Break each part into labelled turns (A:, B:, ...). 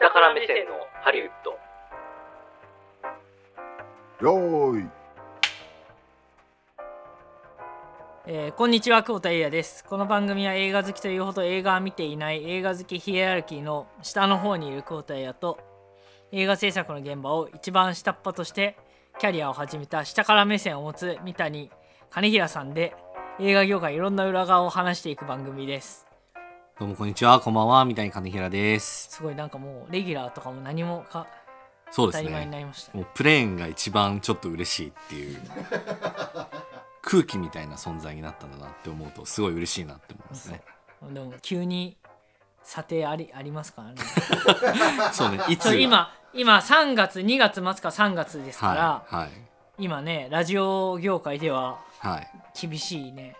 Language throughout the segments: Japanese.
A: 下から目線のハリウッド
B: よーい
C: えーこんにちは久保田裕也ですこの番組は映画好きというほど映画は見ていない映画好きヒエラルキーの下の方にいる久保田裕也と映画制作の現場を一番下っ端としてキャリアを始めた下から目線を持つ三谷金平さんで映画業界いろんな裏側を話していく番組です
D: どうもこんにちは、こんばんは、三谷金平です。
C: すごいなんかもうレギュラーとかも何もか
D: そうで
C: 当た
D: す
C: り前にな
D: ね。
C: りましたね
D: もうプレーンが一番ちょっと嬉しいっていう空気みたいな存在になったんだなって思うとすごい嬉しいなって思いますね。
C: でも急に査定ありありま すからね
D: そうね、い
C: そ
D: つ
C: う今今3月2月末か3月ですから、
D: はいはい
C: 今ねラジオ業界では
D: はい
C: 厳しいね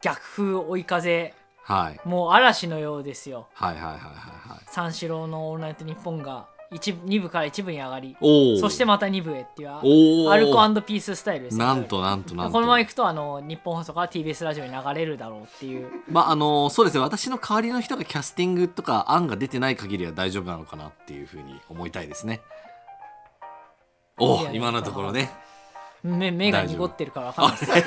C: 逆風追い風
D: はい
C: もう嵐のようですよ
D: はいはいはいはいはい。
C: 三四郎の「オールナイトニッポン」が一部2部から1部に上がり
D: おお。
C: そしてまた2部へっていうあ
D: おお。
C: アルコピーススタイルですよ
D: なんとなんとなんと。
C: このままいくとあの日本放送から TBS ラジオに流れるだろうっていう
D: まああのそうですね。私の代わりの人がキャスティングとか案が出てない限りは大丈夫なのかなっていうふうに思いたいですね。お
C: いい
D: お、
C: よね
D: 今のところね。
C: 目目が濁ってるから分かんないです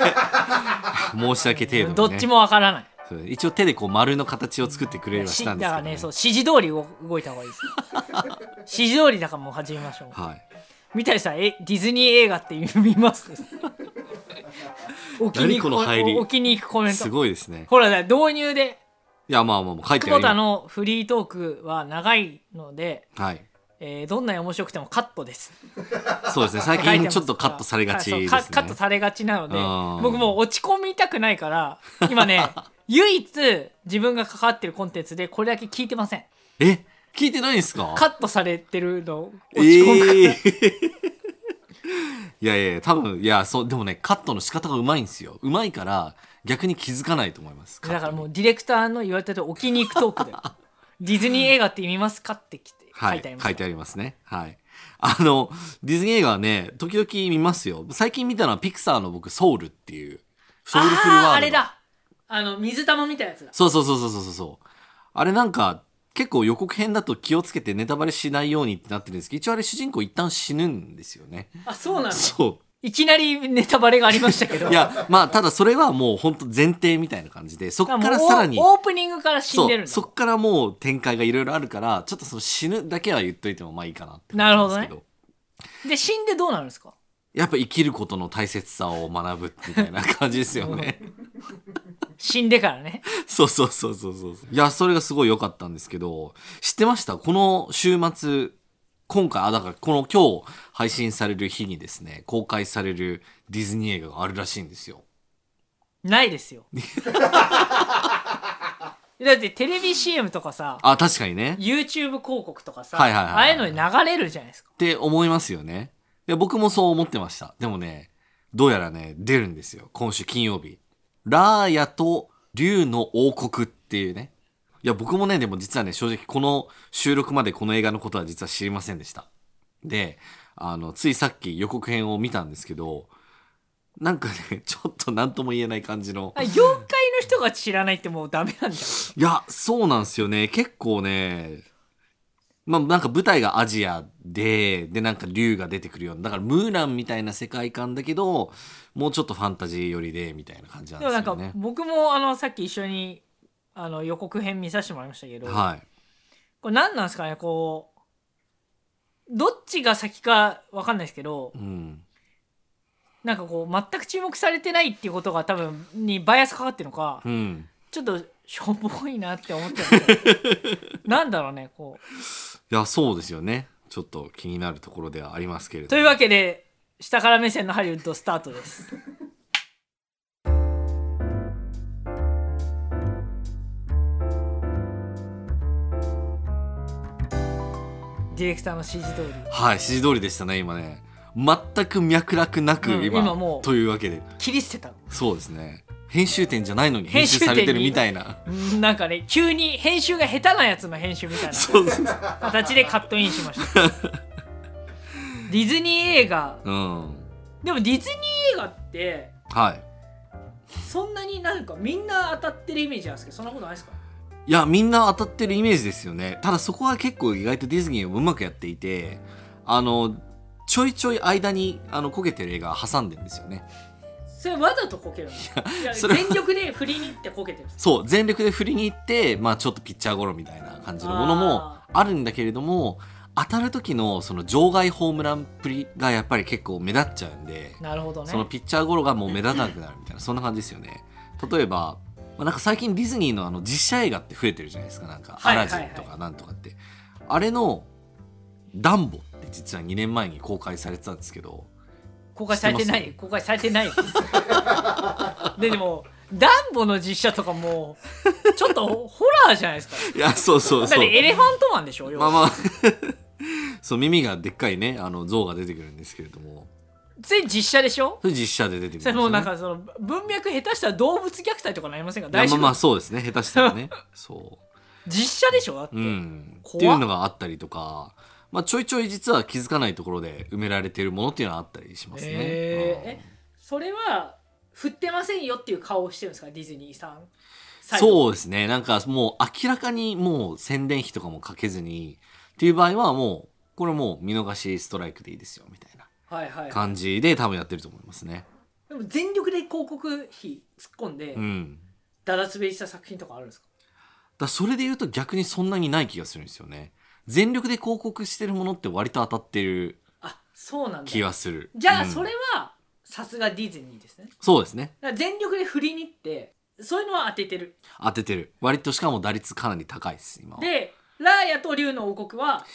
D: 申し訳程度、ね、
C: どっちも分からない
D: そう一応手でこう丸の形を作ってくれはし
C: しただ
D: んで
C: か
D: すけ
C: ら
D: ど、ね
C: ねそう指示通り動動いた方 がいいです指示通りだからもう始めましょう
D: はい、
C: みたいさんえディズニー映画って見ます お気に
D: 何
C: 行
D: こ
C: く
D: の入り
C: お気に行くコメント
D: すごいですね
C: ほらだから導入で
D: いやまあまあもう書いて
C: 久
D: あ
C: 保
D: り
C: 田のフリートークは長いので、
D: はい
C: えーどんなに面白くてもカットです
D: そうですね最
C: 書いて
D: 近
C: ます
D: ちょっとカットされがちですね
C: はいそうカカットされがちなの
D: う
C: で
D: ん
C: 僕もう落ち込みたくないから 今ね唯一自分が関わってるコンテンツでこれだけ聞いてません
D: え聞いてないんですか
C: カットされてるの
D: え
C: 落ち込むから、
D: ー いやいやいや多分いやそうでもねカットの仕方がうまいんですようまいから逆に気づかないと思います
C: だからもうディレクターの言われたとお気に行くトークだよ ディズニー映画って見ますかってきて書
D: はいい
C: てあります、
D: 書いてありますねはいあのディズニー映画はね時々見ますよ最近見たのはピクサーの僕ソウルっていうソウルフルワールド
C: あーあれだあの水玉みたいなやつだ
D: そうそうそうそうそうそう。あれなんか、結構予告編だと気をつけてネタバレしないようにってなってるんですけど、一応あれ主人公一旦死ぬんですよね。
C: あそうなの
D: そ
C: いきなりネタバレがありましたけど
D: う。いや、まあ、ただそれはもう本当前提みたいな感じで、そっ
C: だ
D: からら
C: もう
D: さらに、
C: オープニングから死んでるんだ
D: そう、そっからもう展開がいろいろあるから、ちょっとその死ぬだけは言っといてもまあいいかなって感じんですけ
C: なるほどで死んでどうなるんですか
D: やっぱ生きることの大切さを学ぶみたいな感じですよね。
C: 死んでからね
D: そうそうそうそうそうそう。いや、それがすごい良かったんですけど、知ってましたこの週末、今回、あ、だからこの今日配信される日にですね、公開されるディズニー映画があるらしいんですよ。
C: ないで すよだってテレビ CM とかさ
D: あ、確かにね。っ
C: YouTube 広告とかさ、
D: はいはいはいはい
C: ああいうのに流れるじゃないですか
D: て思いますよね。で、僕もそう思ってました。でもね、どうやらね、出るんですよ。今週金曜日。ラーヤと竜の王国っていうね。いや、僕もね、でも実はね、正直この収録までこの映画のことは実は知りませんでした。で、あの、ついさっき予告編を見たんですけど、なんかね、ちょっと何とも言えない感じの
C: あ。業界の人が知らないってもうダメなんだよ
D: いや、そうなんですよね。結構ね、まあなんか舞台がアジアで、でなんか竜が出てくるような、だからムーランみたいな世界観だけど、もうちょっとファンタジー寄りで、みたいな感じなん
C: で
D: で
C: も
D: す
C: な
D: よ
C: んか
D: ね。
C: 僕もあのさっき一緒にあの予告編見させてもらいましたけど、
D: はい。
C: これ何なんですかねこうどっちが先か分かんないですけど
D: うん。
C: なんかこう全く注目されてないっていうことが多分にバイアスかかってるのか
D: うん。
C: ちょっとしょぼいなって思っちゃうんですけ どなんだろうねこう
D: いや、そうですよね。ちょっと気になるところではありますけれども。
C: というわけで下から目線のハリウッドスタートですディレクターの指示通り
D: はい、指示通りでしたね、今ね。全く脈絡なく、
C: うん
D: 今、
C: 今もう
D: というわけで、
C: 切り捨てたの
D: そうですね。編集点じゃないのに
C: 編
D: 編
C: 集
D: 集
C: 点
D: さ
C: に
D: れてるみたいな。
C: うんなんかね急に編集が下手なやつの編集みたいな
D: そうそうそう。
C: 形でカットインしましたディズニー映画
D: うん。
C: でもディズニー映画って
D: はい。
C: そんなになんかみんな当たってるイメージなんですけどそんなことないですか
D: いやみんな当たってるイメージですよねただそこは結構意外とディズニーをうまくやっていてあのちょいちょい間にあの焦げてる映画挟んでるんですよね
C: それわざとこけるのいや
D: それは
C: 全力で振りに行ってこけてるんです
D: そう全力で振りに行って、まあ、ちょっとピッチャーゴロみたいな感じのものも
C: あ
D: あるんだけれども当たる時のその場外ホームランっぷりがやっぱり結構目立っちゃうんで、
C: なるほどね
D: そのピッチャーゴロがもう目立たなくなる みたいなそんな感じですよね例えば、まあ、なんか最近ディズニーのあの実写映画って増えてるじゃないですかなんか「
C: は
D: ア
C: いはい
D: ラ
C: はい
D: ジン」とかなんとかって、あれの「ダンボ」って実は2年前に公開されてたんですけど
C: 公開されてな
D: して
C: い
D: ま
C: 公開され てないですででもダンボの実写とかもうちょっとホラーじゃないです
D: い
C: か
D: やそうそう
C: だっ
D: そう
C: てエレファントマンでしょ要
D: まあま
C: は
D: あ そう耳がでっかいねあの像が出てくるんですけれども
C: それ実写でしょ
D: それ実写で出てくるんです
C: そ
D: よ
C: れ
D: ね
C: もうなんかその文脈下手したら動物虐待とかなりませんか
D: いやま
C: 大丈
D: あ
C: 夫、
D: まあそうですね下手したら ねそ
C: 実写でしょだって、
D: ううん
C: 怖っ
D: っていうのがあったりとかまあちょいちょい実は気づかないところで埋められてるものっていうのはあったりしますね、
C: へー
D: うん
C: えそれは振ってませんよっていう顔をしてるんですかディズニーさん
D: そううですねなんかもう明らかにもう宣伝費とかもかけずにっていう場合はもうこれもう見逃しストライクでいいですよみたいな
C: はいはい
D: 感じで多分やってると思いますね
C: でも全力で広告費突っ込んで
D: うん
C: だだ滑りした作品とかあるんですか
D: だからそれで言うと逆にそんなにない気がするんですよね全力で広告してるものって割と当たってる
C: あそうなんだ
D: 気はする
C: じゃあ
D: うん
C: それはさすがディズニーですね
D: そうですね
C: だから全力で振りに行ってそういうのは当ててる
D: 当ててる割としかも打率かなり高いです今は
C: でラーヤと竜の王国はい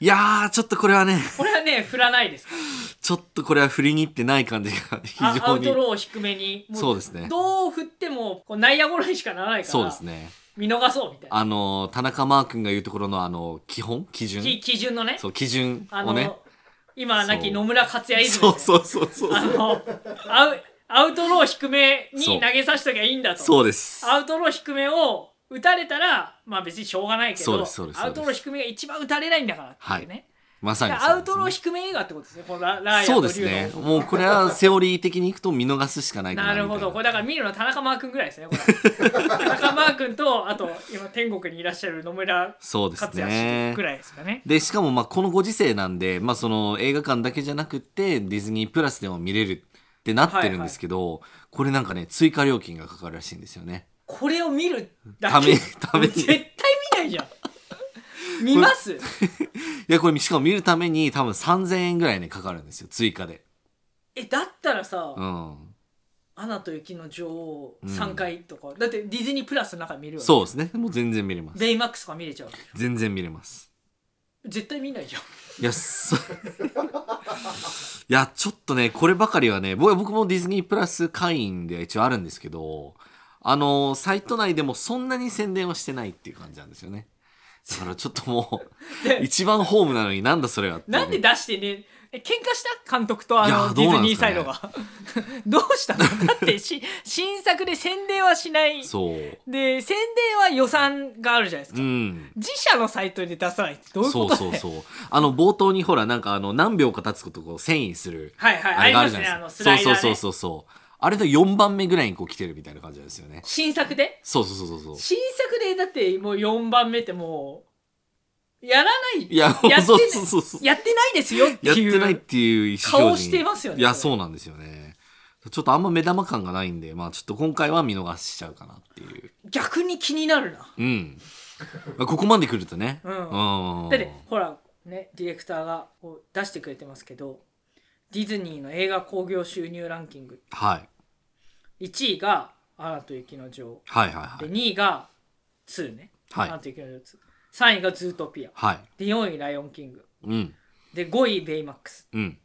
D: やーちょっとこれはね
C: これはね振らないですか
D: ちょっとこれは振りに行ってない感じが 非
C: らあア
D: 常
C: ウト
D: に
C: ローを低めにも
D: そうですね
C: どう振ってもこう内野ゴロにしかならないから
D: そうですね
C: 見逃そうみたいな
D: あの田中マー君が言うところのあの基本基準
C: き基準のね
D: そう基準
C: あ
D: を
C: の、
D: ね
C: 今な
D: そ
C: き
D: う
C: 野村克也イズム
D: そ
C: で
D: う
C: すね
D: そうそうそう
C: あのアウアウトロー低めに投げさせときゃいいんだと
D: そうです
C: アウトロー低めを打たれたらまあ別にしょうがないけ
D: そう
C: ど
D: ですそうですそうです
C: アウトロー低めが一番打たれないんだからっていうね、
D: まさに
C: だ
D: そう
C: からアウ
D: です
C: ト
D: ね
C: ロー低め映画ってことですねこのラライア
D: そ
C: と
D: うです
C: 竜
D: ね
C: の
D: もうこれはセオリー的にいくと見逃すしかないかな
C: なるほど
D: みた
C: こ
D: い
C: れだから見るのは田中マー君ぐらいですねこ れ田中マー君とあと今天国にいらっしゃる野村
D: そうです
C: 克也
D: ね
C: 氏ぐらいですかね
D: でしかもまあこのご時世なんで、まあ、その映画館だけじゃなくってディズニープラスでも見れるってなってるんですけど、これなんかね追加料金がかかるらしいんですよね
C: これを見るだけ
D: ためために
C: 絶対見ないじゃん見ます
D: いやこれしかも見るために多分3000円ぐらいねかかるんですよ追加で
C: えだったらさ、
D: うん
C: アナと雪の女王
D: うん
C: 3回とか、だってディズニープラスの中見るわけ
D: そうですねもう全然見れます
C: ベイマックスとか見れちゃうわけ
D: 全然見れます
C: 絶対見ないじゃん
D: いやそ いやちょっとねこればかりはね僕僕もディズニープラス会員では一応あるんですけどあのサイト内でもそんなに宣伝はしてないっていう感じなんですよねだからちょっとも
C: で
D: う一番ホームなのになんだそれはっていうね
C: なんで出してねえ喧嘩した監督とあ
D: いや
C: の
D: ー
C: デ
D: どう
C: ィズ
D: なんで
C: ニー
D: すか
C: サ
D: ね
C: イドが どうしたのだってし新作で宣伝はしない
D: そう
C: で宣伝は予算があるじゃないですか、
D: うん
C: 自社のサイトで出さないってどういう
D: そ
C: こ
D: う
C: と
D: そう
C: ね
D: そうあの冒頭にほらなんかあの何秒か経つことをこう遷移する
C: はいはい
D: あ
C: あ
D: れ
C: り
D: があ
C: ま
D: る
C: す
D: じゃ
C: ね
D: ないですか、
C: あのスライダー、
D: そう
C: ね、
D: そうそうそうそうあれの4番目ぐらいにこう来てるみたいな感じなんですよね
C: 新作で
D: そうそうそうそうそう
C: 新作でだってもう4番目ってもうやらない
D: いや
C: てない
D: そうそうそうそう
C: やってないですよって
D: やっ
C: いう
D: てないっていう意思
C: 顔
D: 表示
C: してますよね
D: いや
C: そ
D: そ
C: れ
D: うなんですよねちょっとあんま目玉感がないんでまあちょっと今回は見逃しちゃうかなっていう
C: 逆に気になるな
D: うんまあここまで来るとね
C: うん
D: うん
C: だってほらねディレクターがこう出してくれてますけどディズニーの映画興行収入ランキング
D: はい
C: 1位が「アナと雪の女王
D: はいはい」は
C: で
D: い
C: 2位が「2」ね「
D: はい
C: アナと雪の女王2」3位が「ズートピア
D: はい」
C: で4位「ライオンキング
D: うん」
C: で5位「ベイマックス
D: うん」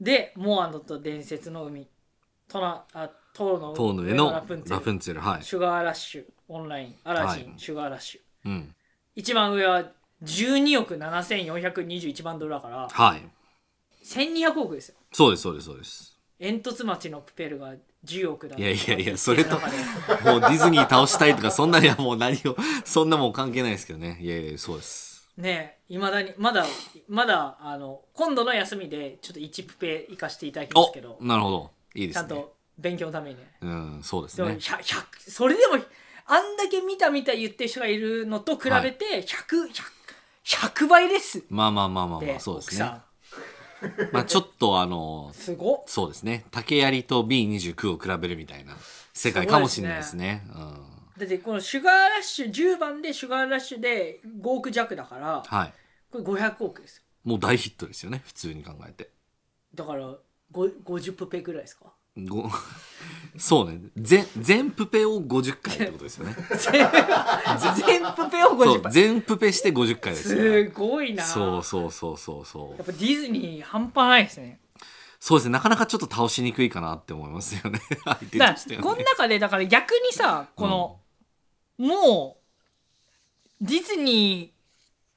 C: で「モアノと伝説の海」トラあ「トロの
D: 塔の上
C: 上
D: の
C: ラプンツェ
D: ラ
C: ル
D: プンツェルはい
C: シュガーラッシュオンラインアラジン、
D: はい
C: シュガーラッシュ
D: うん
C: 一番上は12億7421万ドルだから
D: はい
C: 1200億ですよ
D: そうですそうですそうです
C: 煙突町のプペルが10億だ
D: いやいやいやそれと
C: 中で
D: もうディズニー倒したいとかそんなにはもう何をそんなもん関係ないですけどねいやいやそうです
C: ねえいまだにまだまだあの今度の休みでちょっと1プペ行かせていただきます
D: お
C: けど
D: なるほどいいで
C: ちゃ
D: す
C: ん
D: ね
C: と勉強のためにね
D: うんそうです
C: でも
D: ね
C: 100, 100それでもあんだけ見た見た言ってる人がいるのと比べて100、100, 100倍です
D: まあまあまあまあまあ、
C: で
D: そうです
C: 奥
D: ね。
C: さ
D: まあちょっとあの
C: ん、すごっ
D: そうですね。竹槍と B29 を比べるみたいな世界かもしれないですね。うん。
C: だってこのシュガーラッシュ10番でシュガーラッシュで5億弱だから
D: はい。
C: これ500億ですよ
D: もう大ヒットですよね、普通に考えて。
C: だからご50プペぐらいで すか
D: ごそうね。全、全プペを50回ってことですよね。
C: 全プペを
D: そ
C: 50
D: う、
C: 倍
D: 全プペして50回ですよ、
C: すごいな
D: そうそうそうそうそ
C: や
D: う
C: っぱディズニー半端ないですね
D: そうですねなかなかちょっと倒しにくいかなって思いますよね 相手
C: だ
D: と
C: か
D: して
C: ら
D: は
C: この
D: ね
C: 中でだから逆にさこの、もうディズニー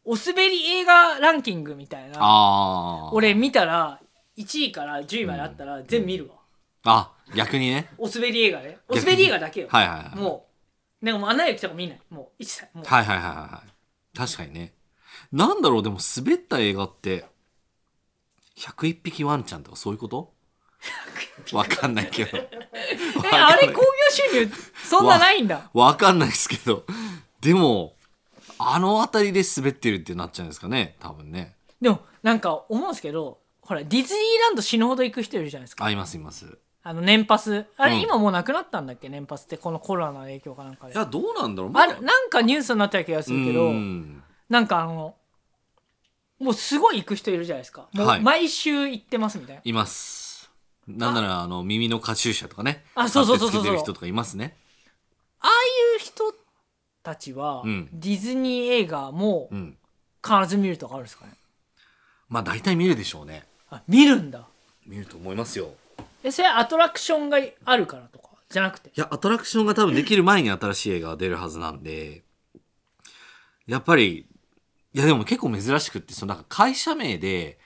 C: おすべり映画ランキングみたいな
D: ああ
C: 俺見たら1位から10位まであったら全部見るわ、
D: あ逆にね
C: おすべり映画ねお
D: 逆に
C: すべり映画だけよ、
D: はいはいはい
C: もうでももう「アナ雪」とか見ないもう一切もう、
D: はいはいはいはいはい確かにねなんだろうでも滑った映画って101匹ワンちゃんとかそういうことわかんないけど
C: えあれ興行収入そんなない んだ
D: わかんないですけどでもあの辺りで滑ってるってなっちゃうんですかね多分ね
C: でもなんか思うんですけどほらディズニーランド死ぬほど行く人いるじゃないですか
D: あいますいます
C: あの年パスあれ、
D: うん
C: 今もうなくなったんだっけ年パスってこのコロナの影響かなんかで
D: いやどうなんだろう
C: あれなんかニュースになった気がするけど
D: うん
C: なんかあのもうすごい行く人いるじゃないですかもう
D: はい
C: 毎週行ってますみたいな、
D: います。なんならあの耳のカチューシャとかね。
C: あそうそうそうそ
D: 貼ってつ
C: う
D: けてる人とかいますね。
C: そういう人たちは、
D: うん
C: ディズニー映画も
D: うん。
C: 必ず見るとかあるんですかね
D: まあ大体見るでしょうね。
C: あ見るんだ
D: 見ると思いますよ。
C: えそれアトラクションがあるからとかじゃなくて
D: いやアトラクションが多分できる前に新しい映画が出るはずなんで、やっぱりいやでも結構珍しくってそのなんか会社名で。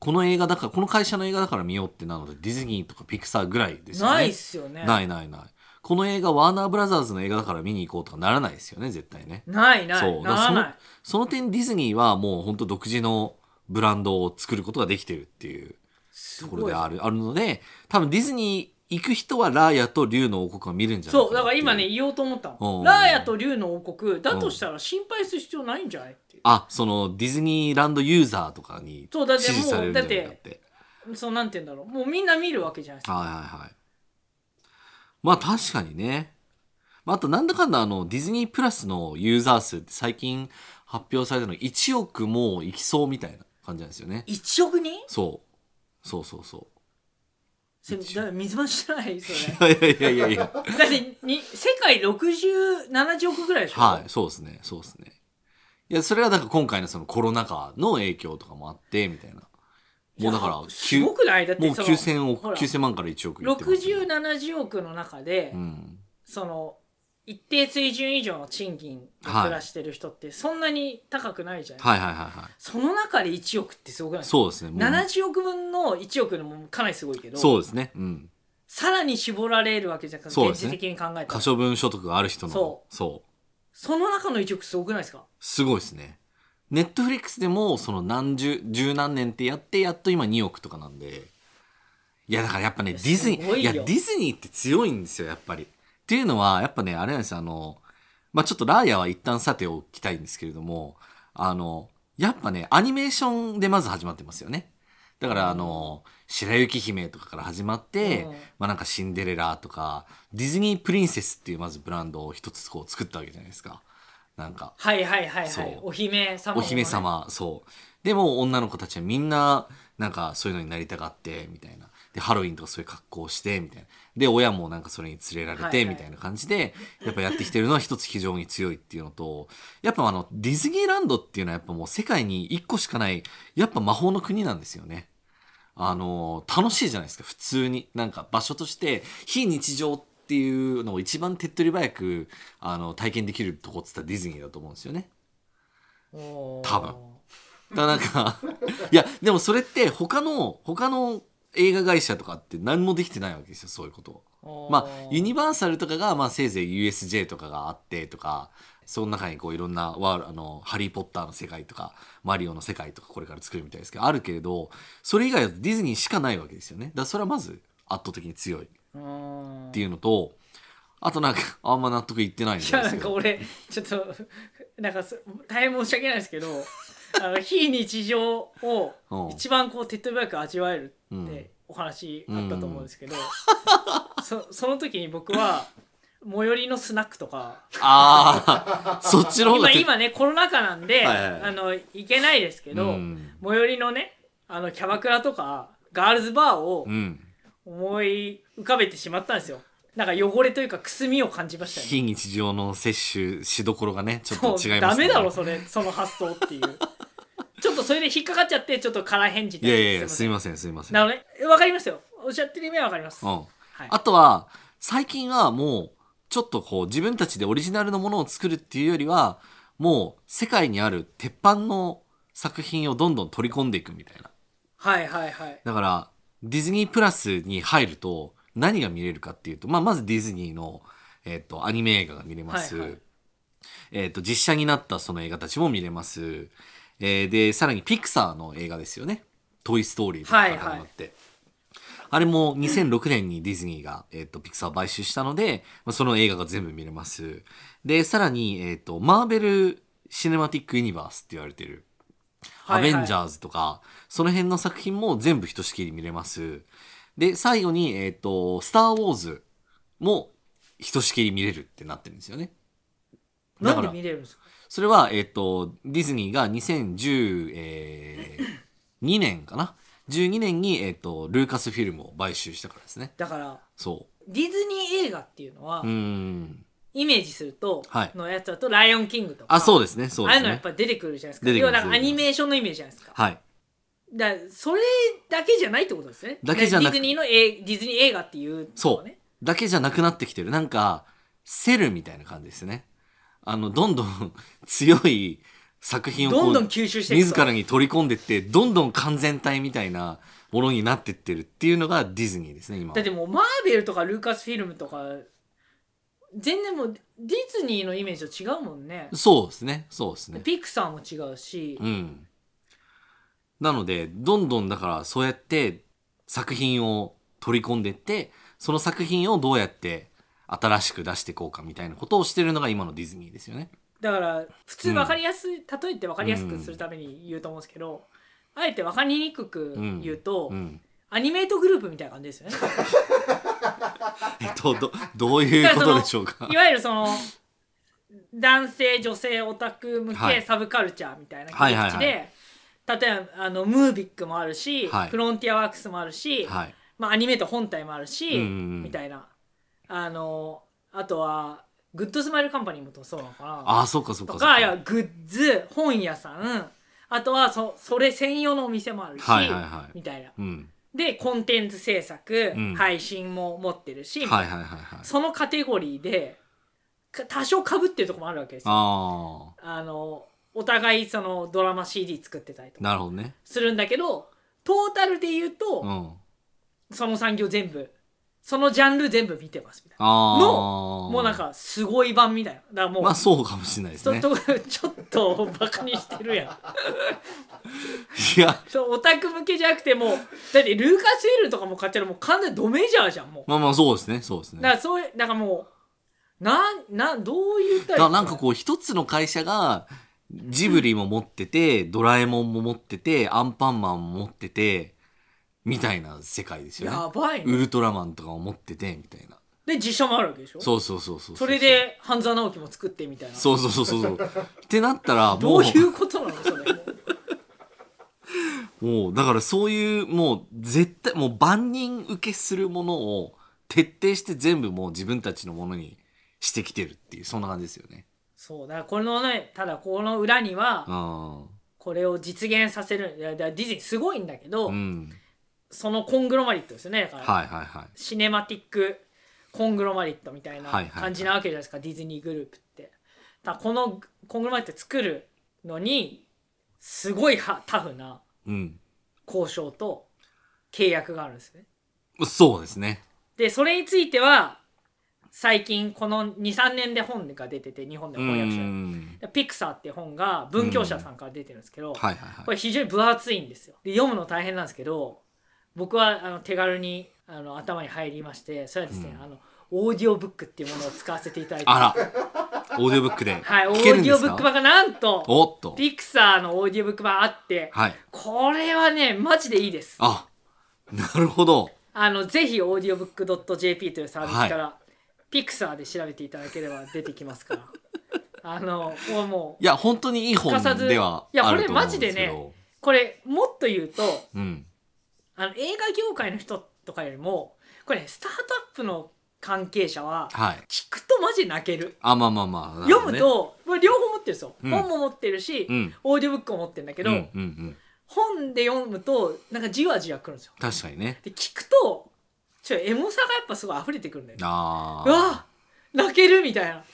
D: この映画だから、この会社の映画だから見ようってなので、ディズニーとかピクサーぐらいですよね。
C: ないっすよね
D: ないいないない。この映画、ワーナーブラザーズの映画だから見に行こうとかならないですよね、絶対ね。
C: ないない
D: そうだから
C: なら
D: その
C: ない
D: その点ディズニーはもう本当独自のブランドを作ることができてるっていう
C: す
D: と
C: ご
D: こ
C: い
D: ろであるあるので多分ディズニー行く人はラーヤと竜の王国を見るんじゃない
C: そうだ
D: な
C: か
D: っ
C: ら
D: てい
C: 今ね言おうと思った
D: う
C: の
D: ん
C: ラーヤと竜の王国だとしたら心配する必要ないんじゃないっていう
D: あそのディズニーランドユーザーとかに
C: そうだって
D: 支持されるんじゃない
C: もう
D: か
C: だ
D: っ
C: ってそうなんて言うんだろうもうみんな見るわけじゃないですか
D: はいはいはいまあ確かにねまああとなんだかんだあのディズニープラスのユーザー数って最近発表されたの1億もいきそうみたいな感じなんですよね
C: 1億人
D: そうそうそうそう
C: それだから水増しじゃないそれ
D: いやいやいやいや
C: だってに世界6070億ぐらいでしょ、
D: はい、そうですね、そうですね。いや、それはだから今回のそのコロナ禍の影響とかもあって、みたいな。もうだから、
C: す
D: きゅ
C: ご
D: も
C: くないだっ
D: う
C: てその
D: 9000億、
C: ほら
D: 9000万から1億いってますね
C: 6070億の中で、
D: うん。
C: その一定水準以上の賃金で暮らしてる人ってそんなに高くないじゃない、
D: はいはいはいは
C: その中で1億ってすごくない
D: い。そうですね。もう
C: 70億分の1億のもかなりすごいけど
D: そうですね。うん。
C: さらに絞られるわけじゃなくて
D: そう
C: 現
D: です
C: 実
D: ね
C: 的に考えた
D: 可
C: ら
D: 処分所得がある人の。
C: そ
D: そう。
C: その中の1億すごくないですか
D: すごいですね。ネットフリックスでも、その何十、十何年ってやって、やっと今2億とかなんで。いや、だからやっぱね、
C: い
D: デ
C: や
D: ィズニ
C: すご
D: ー、
C: い
D: い
C: よ
D: や、ディズニーって強いんですよ、やっぱり。っていうのは、やっぱね、あれなんですよ、あの、まあちょっとラーヤは一旦さておきたいんですけれども、あの、やっぱね、アニメーションでまず始まってますよね。だから、あの、白雪姫とかから始まって、
C: うん
D: まあなんかシンデレラとか、ディズニープリンセスっていうまずブランドを一つこう作ったわけじゃないですか。なんか、
C: はいはいはいは
D: そ
C: いうお姫様も
D: お
C: ね
D: 姫様、そう。でも女の子たちはみんな、なんかそういうのになりたがって、みたいな。で、ハロウィンとかそういう格好をして、みたいな。で、親もなんかそれに連れられ
C: はい
D: て、
C: はい
D: みたいな感じで、やっぱやってきてるのは一つ非常に強いっていうのと、やっぱあの、ディズニーランドっていうのはやっぱもう世界に一個しかない、やっぱ魔法の国なんですよね。あの、楽しいじゃないですか、普通に。なんか場所として、非日常っていうのを一番手っ取り早く、あの、体験できるとこって言ったらディズニーだと思うんですよね。
C: おー
D: 多分だなんかいやでもそれって他の他の映画会社とかって何もできてないわけですよそういうこと
C: おー
D: まあユニバーサルとかが、まあ、せいぜい USJ とかがあってとかその中にこういろんなワールあの「ハリー・ポッター」の世界とか「マリオ」の世界とかこれから作るみたいですけどあるけれどそれ以外はディズニーしかないわけですよねだからそれはまず圧倒的に強いっ
C: うん
D: ていうのとあとなんか、あんま納得いってないんで
C: い
D: すけ
C: や
D: ど。
C: なんか俺ちょっとなんかす大変申し訳ないです けどあの非日常を
D: うん
C: 一番こう手っ取り早く味わえる
D: う
C: っ
D: ん
C: てお話あったと思うんですけど、 そその時に僕は最寄りのスナックとか
D: ああ、そっちの方
C: 今
D: が
C: 今ねコロナ禍なんで、
D: はいはい
C: あの行けないですけ
D: う
C: ど、
D: ん。
C: 最寄りのねあのキャバクラとかガールズバーを
D: うん。
C: 思い浮かべてしまったんですよなんか汚れというかくすみを感じましたね
D: 非日常の摂取しどころがね、ちょっと
C: そう
D: 違いま
C: ダ
D: すね。
C: メだろそれその発想っていう ちょっとそれで引っかかっちゃってちょっと空返事
D: いやいやいや、す
C: い
D: い
C: ま
D: ません、すいま
C: せ
D: せん。
C: んなのねわかりますよおっしゃってる意味はわかります、
D: う
C: はい
D: ん。あとは、最近はもう、ちょっとこう、自分たちでオリジナルのものを作るっていうよりは、もう、世界にある鉄板の作品をどんどん取り込んでいくみたいな。
C: はいはいはい
D: だから、ディズニープラスに入ると、何が見れるかっていうと、まあ、まずディズニーの、えっ、と、アニメ映画が見れます。
C: はいはい
D: えっ、と、実写になったその映画たちも見れます。えーで、さらにピクサーの映画ですよね。トイ・ストーリーとかから始まって。あれも2006年にディズニーが、えっ、と、ピクサーを買収したので、まあその映画が全部見れます。で、さらに、えっ、と、マーベル・シネマティック・ユニバースって言われてる、
C: はいはい
D: アベンジャーズとか、その辺の作品も全部ひとしきり見れます。で、最後に、えっ、と、スター・ウォーズもひとしきり見れるってなってるんですよね。だ
C: な
D: か
C: んで
D: ら
C: 見れるんですか
D: それは、えっ、と、ディズニーが2010、えー2年かな ?12 年に、えっ、と、ルーカスフィルムを買収したからですね。
C: だから
D: そ
C: ディズニー映画っていうのは、
D: う。うーん。
C: イメージすると、
D: はい
C: のやつだと「ライオンキング」とか
D: あ、そうですね、そう
C: あ
D: で
C: あい
D: す
C: うのやっ
D: ね。
C: ぱ出てくるじゃないですか
D: 出てき
C: 要
D: ま
C: は
D: す
C: なんかアニメーションのイメージじゃないですか
D: はい。
C: だからそれだけじゃないってことですね
D: だけじゃなく
C: ディズニーのえディズニー映画っていうのはね
D: だけじゃなくなってきてる。なんか、セルみたいな感じですね。あの、どんどん 強い作品をこう
C: どんどん吸収してい
D: 自
C: くと
D: らに取り込んでって、どんどん完全体みたいなものになってってるっていうのがディズニーですね、今は。
C: だってもうマーベルとかルーカスフィルムとか全然もうディズニーのイメージと違うもんね
D: そうですね、そうですね。
C: ピクサーも違うし、
D: うん。なので、どんどんだからそうやって作品を取り込んでって、その作品をどうやって新しく出していこうかみたいなことをしてるのが今のディズニーですよね。
C: だから普通分かりやすい、例えて分かりやすくするために言うと思うんですけど、あえて分かりにくく言うと、
D: うん。
C: アニメートグループみたいな感じですよね
D: えっと、ど、どういうことでしょうか
C: い。わゆるその男性女性オタク向
D: は
C: け
D: い
C: サブカルチャーみたいな
D: は
C: 切
D: い
C: り
D: はいはい
C: 口で、例えばあのムービックもあるし、
D: はい
C: フロンティアワークスもあるし、
D: はい。
C: まあ、アニメート本体もあるし、
D: うんうん
C: みたいなあのあとはグッドスマイルカンパニーもそうなのかな
D: ああ、そうかそうか
C: と
D: そう
C: かいやグッズ本屋さんあとはそそれ専用のお店もあるし、
D: はいはいはい
C: みたいな
D: うん。
C: でコンテンツ制作、
D: うん
C: 配信も持ってるし、
D: はいはいはいはい。
C: そのカテゴリーでか多少かぶってるとこもあるわけですよ。
D: あ
C: あのお互いそのドラマ CD 作ってたりと
D: あ、
C: か
D: なるほどね。
C: するんだけどトータルで言うと、
D: うん。
C: その産業全部そのジャンル全部見てますみたい
D: ああ。
C: なもうなん、かすごい版みたいなだからもう、
D: まあそうかもしれないです
C: そ
D: ね。
C: とちょっとバカにしてるやん
D: いや、
C: そうオタク向けじゃなくてもうだってルーカス・エルとかも買ったらもう完全にドメジャーじゃんもう
D: まあまあそうですね、そうですね。
C: だからそういうなんかもうなんなんどう言っ
D: だか
C: たらいい
D: らなんかこう一つの会社がジブリも持ってて、ドラえもんも持ってて、アンパンマンも持ってて、みたいな世界ですよね。
C: やばい
D: ウ
C: ね
D: ルトラマンとかも持ってて、みたいな。
C: で自社もあるわけでしょ
D: そうそうそうそう。
C: それ。で半沢直樹も作ってみたいな
D: そうそうそうそう。ってなったら、
C: ど
D: も
C: う
D: う、
C: いうことなのそれ
D: もう、だからそういう、もう絶対、もう万人受けするものを徹底して全部もう自分たちのものにしてきてるっていう、そんな感じですよね。
C: そうだからこのねただこの裏には
D: あ
C: これを実現させるいやだからディズニーすごいんだけ
D: あ。
C: ど、
D: うん。
C: そのコングロマリットですよねだから、
D: はいはいはい。
C: シネマティックコングロマリットみたいな
D: はいはいはい
C: 感じなわけじゃないですか、ディズニーグループってだからこのコングロマリット作るのにすごいはタフな
D: うん。
C: 交渉と契約があるんですよね
D: そうですね。
C: でそれについては最近この23年で本が出てて日本で
D: う
C: 翻訳者
D: ん。
C: ピクサーって本が文教社さんから出てるんですけど、
D: はいはい
C: こ
D: はい。
C: れ非常に分厚いんですよで読むの大変なんですけど僕はあの手軽にあの頭に入りましてそれはですね、
D: うん
C: あのオーディオブックっていうものを使わせていただいて
D: あら、オーディオブックで
C: はい、オ
D: 聞
C: ー
D: け
C: デ
D: るんで
C: ィオ
D: す
C: ブ
D: か、
C: ック版がなんと
D: おっと。
C: ピクサーのオーディオブック版あって、
D: はい。
C: これはねマジでいいです
D: あ、なるほど。
C: あのぜひオーディオブックドット JP というサービスから、ピクサーで調べていただければ出てきますから あのもうもう
D: いや、本当にいい本
C: すかさず
D: ではい
C: やこ
D: あ
C: れ
D: ると思うんですけど。
C: マジでねこれもっと言うと
D: うん。
C: あの映画業界の人とかよりもこれねスタートアップの関係者は
D: はい。
C: 聞くとマジ泣ける
D: あ、まあまあまあ。なる
C: 読
D: ほど
C: む
D: ね、
C: と、まあ両方持ってるんですよ、
D: うん
C: 本も持ってるし、
D: うん。
C: オーディオブックも持ってるんだけど、
D: うんうんうん。
C: 本で読むとなんかじわじわくるんですよ
D: 確かにね。
C: で聞くとちょっとエモさがやっぱすごい溢れてくるんだよね
D: あ
C: うわ泣けるみたいな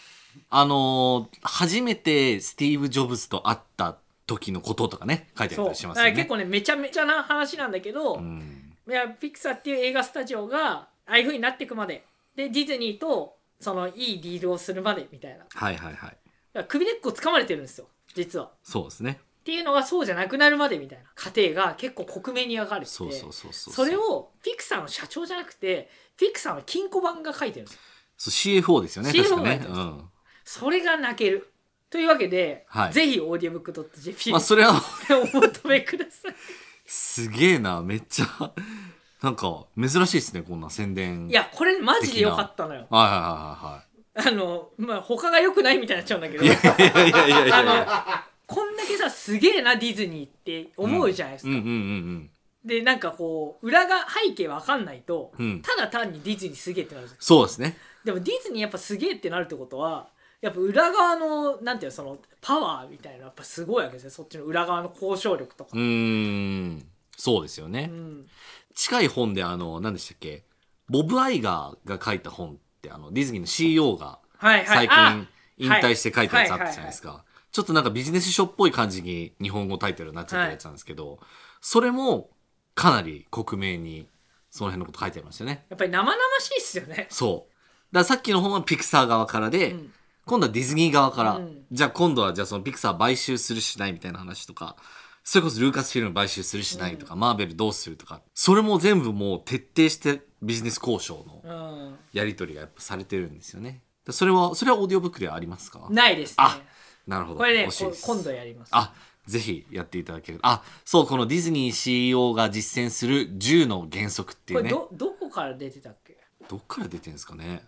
D: あのー初めてスティーブ・ジョブズと会った時のこととかね、書いてあった
C: そうだ
D: りします
C: か
D: よ
C: ら
D: ね。
C: 結構ねめちゃめちゃな話なんだけど、
D: うん。
C: いやピクサーっていう映画スタジオがああいう風になっていくまででディズニーとそのいいディールをするまでみたいなだか
D: はいはいはい。
C: ら首根っこ掴まれてるんですよ実は。
D: そうですね。
C: っていうのがそうじゃなくなるまでみたいな過程が結構克明に描かれてて
D: そうそうそうそう。
C: それをピクサーの社長じゃなくてピクサーの金庫版が書いてるんですよ
D: そう CFO ですよね、確か
C: CFO がやっ
D: ね。
C: て
D: う
C: ます
D: ん。
C: それが泣けるというわけで、
D: はい
C: ぜひオーディオブックドット JP
D: まあ、それは、
C: お求めください
D: すげえな、めっちゃ、なんか、珍しいですね、こんな宣伝。
C: い、やこれマジで良かったのよ
D: はいは
C: あのまあ他が良くないみたいになっちゃうんだけど
D: いはいはいはい。いやいやいやいやいやいや。
C: こんだけさすげえなディズニーって思うじゃないです
D: う
C: か、
D: んうんうん
C: でなんかこう裏が背景わかんないと、
D: うん。うん。
C: ただ単にディズニーすげえってなるじゃん
D: そうですね。
C: でもディズニーやっぱすげえってなるってことはやっぱ裏側のなんていうのそのパワーみたいなのやっぱすごいわけですねそっちの裏側の交渉力とか
D: う、ーん。そうですよね
C: う。ん
D: 近い本で、あの、何でしたっけボブ・アイガーが書いた本って、あの、ディズニーの CEO が
C: はいは
D: 最
C: い
D: 近
C: あ
D: 引退して書いたやつあったじゃないですか。ちょっとなんかビジネス書っぽい感じに日本語タイトルになっちゃったやつなんですけど、それもかなり克明にその辺のこと書いてありましたよね。
C: やっぱり生々しいっすよね
D: そう。だからさっきの本はピクサー側からで、
C: うん
D: 今度はディズニー側から、
C: うん
D: じゃあ今度はじゃあそのピクサー買収するしないみたいな話とか、それこそルーカスフィルム買収するしないとか、マーベルどうするとか、それも全部もう徹底してビジネス交渉の
C: うん
D: やり取りがやっぱされてるんですよね。だそれは、それはオーディオブックではありますか
C: ないですね
D: あなるほど。
C: これね
D: 惜しい
C: こ
D: です
C: 今度やります
D: あ、ぜひやっていただける。あ、そう、このディズニー CEO が実践する10の原則ってい
C: こ
D: う
C: れ
D: ね。
C: どどこから出てたっけ
D: どっから出てんですかね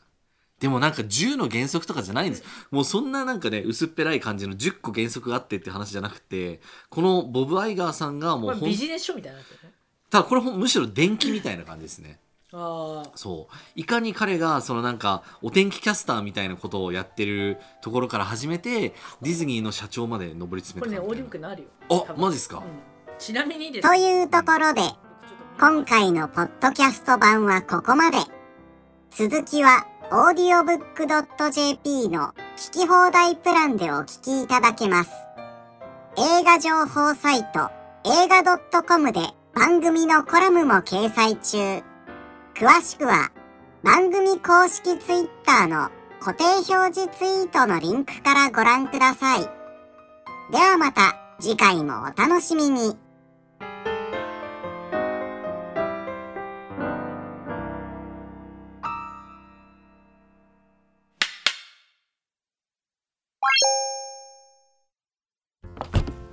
D: でもなんか10の原則とかじゃないんですもうそんななんかね薄っぺらい感じの10個原則があってって話じゃなくてこのボブ・アイガーさんがも
C: こ
D: う
C: れ
D: ほん
C: ビジネス書みたいになってるね
D: ただこれほんむしろ電気みたいな感じですね
C: ああ
D: そういかに彼がそのなんかお天気キャスターみたいなことをやってるところから始めてディズニーの社長まで上り詰
C: こ
D: め
C: れね
D: た
C: オー
D: み
C: デ
D: た
C: ィオブック
D: いな
C: なるよ
D: あ
C: 多分
D: マジっすか、
C: うんちなみにです
B: というところで今回のポッドキャスト版はここまで続きは audiobook.jp の聞き放題プランでお聞きいただけます映画情報サイト映画 .com で番組のコラムも掲載中詳しくは番組公式 Twitter の固定表示ツイートのリンクからご覧くださいではまた次回もお楽しみに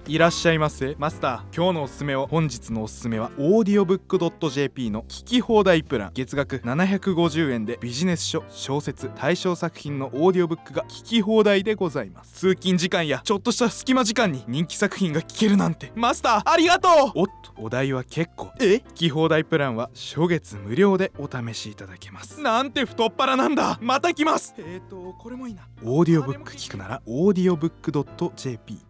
E: いらっしゃいませマスター今日のおすすめを本日のおすすめはオーディオブックドット JP の聞き放題プラン月額750円でビジネス書小説対象作品のオーディオブックが聞き放題でございます通勤時間やちょっとした隙間時間に人気作品が聞けるなんてマスターありがとうおっとお題は結構え聞き放題プランは初月無料でお試しいただけますなんて太っ腹なんだまた来ますえーとこれもいいなオーディオブック聞くならオーディオブックドット JP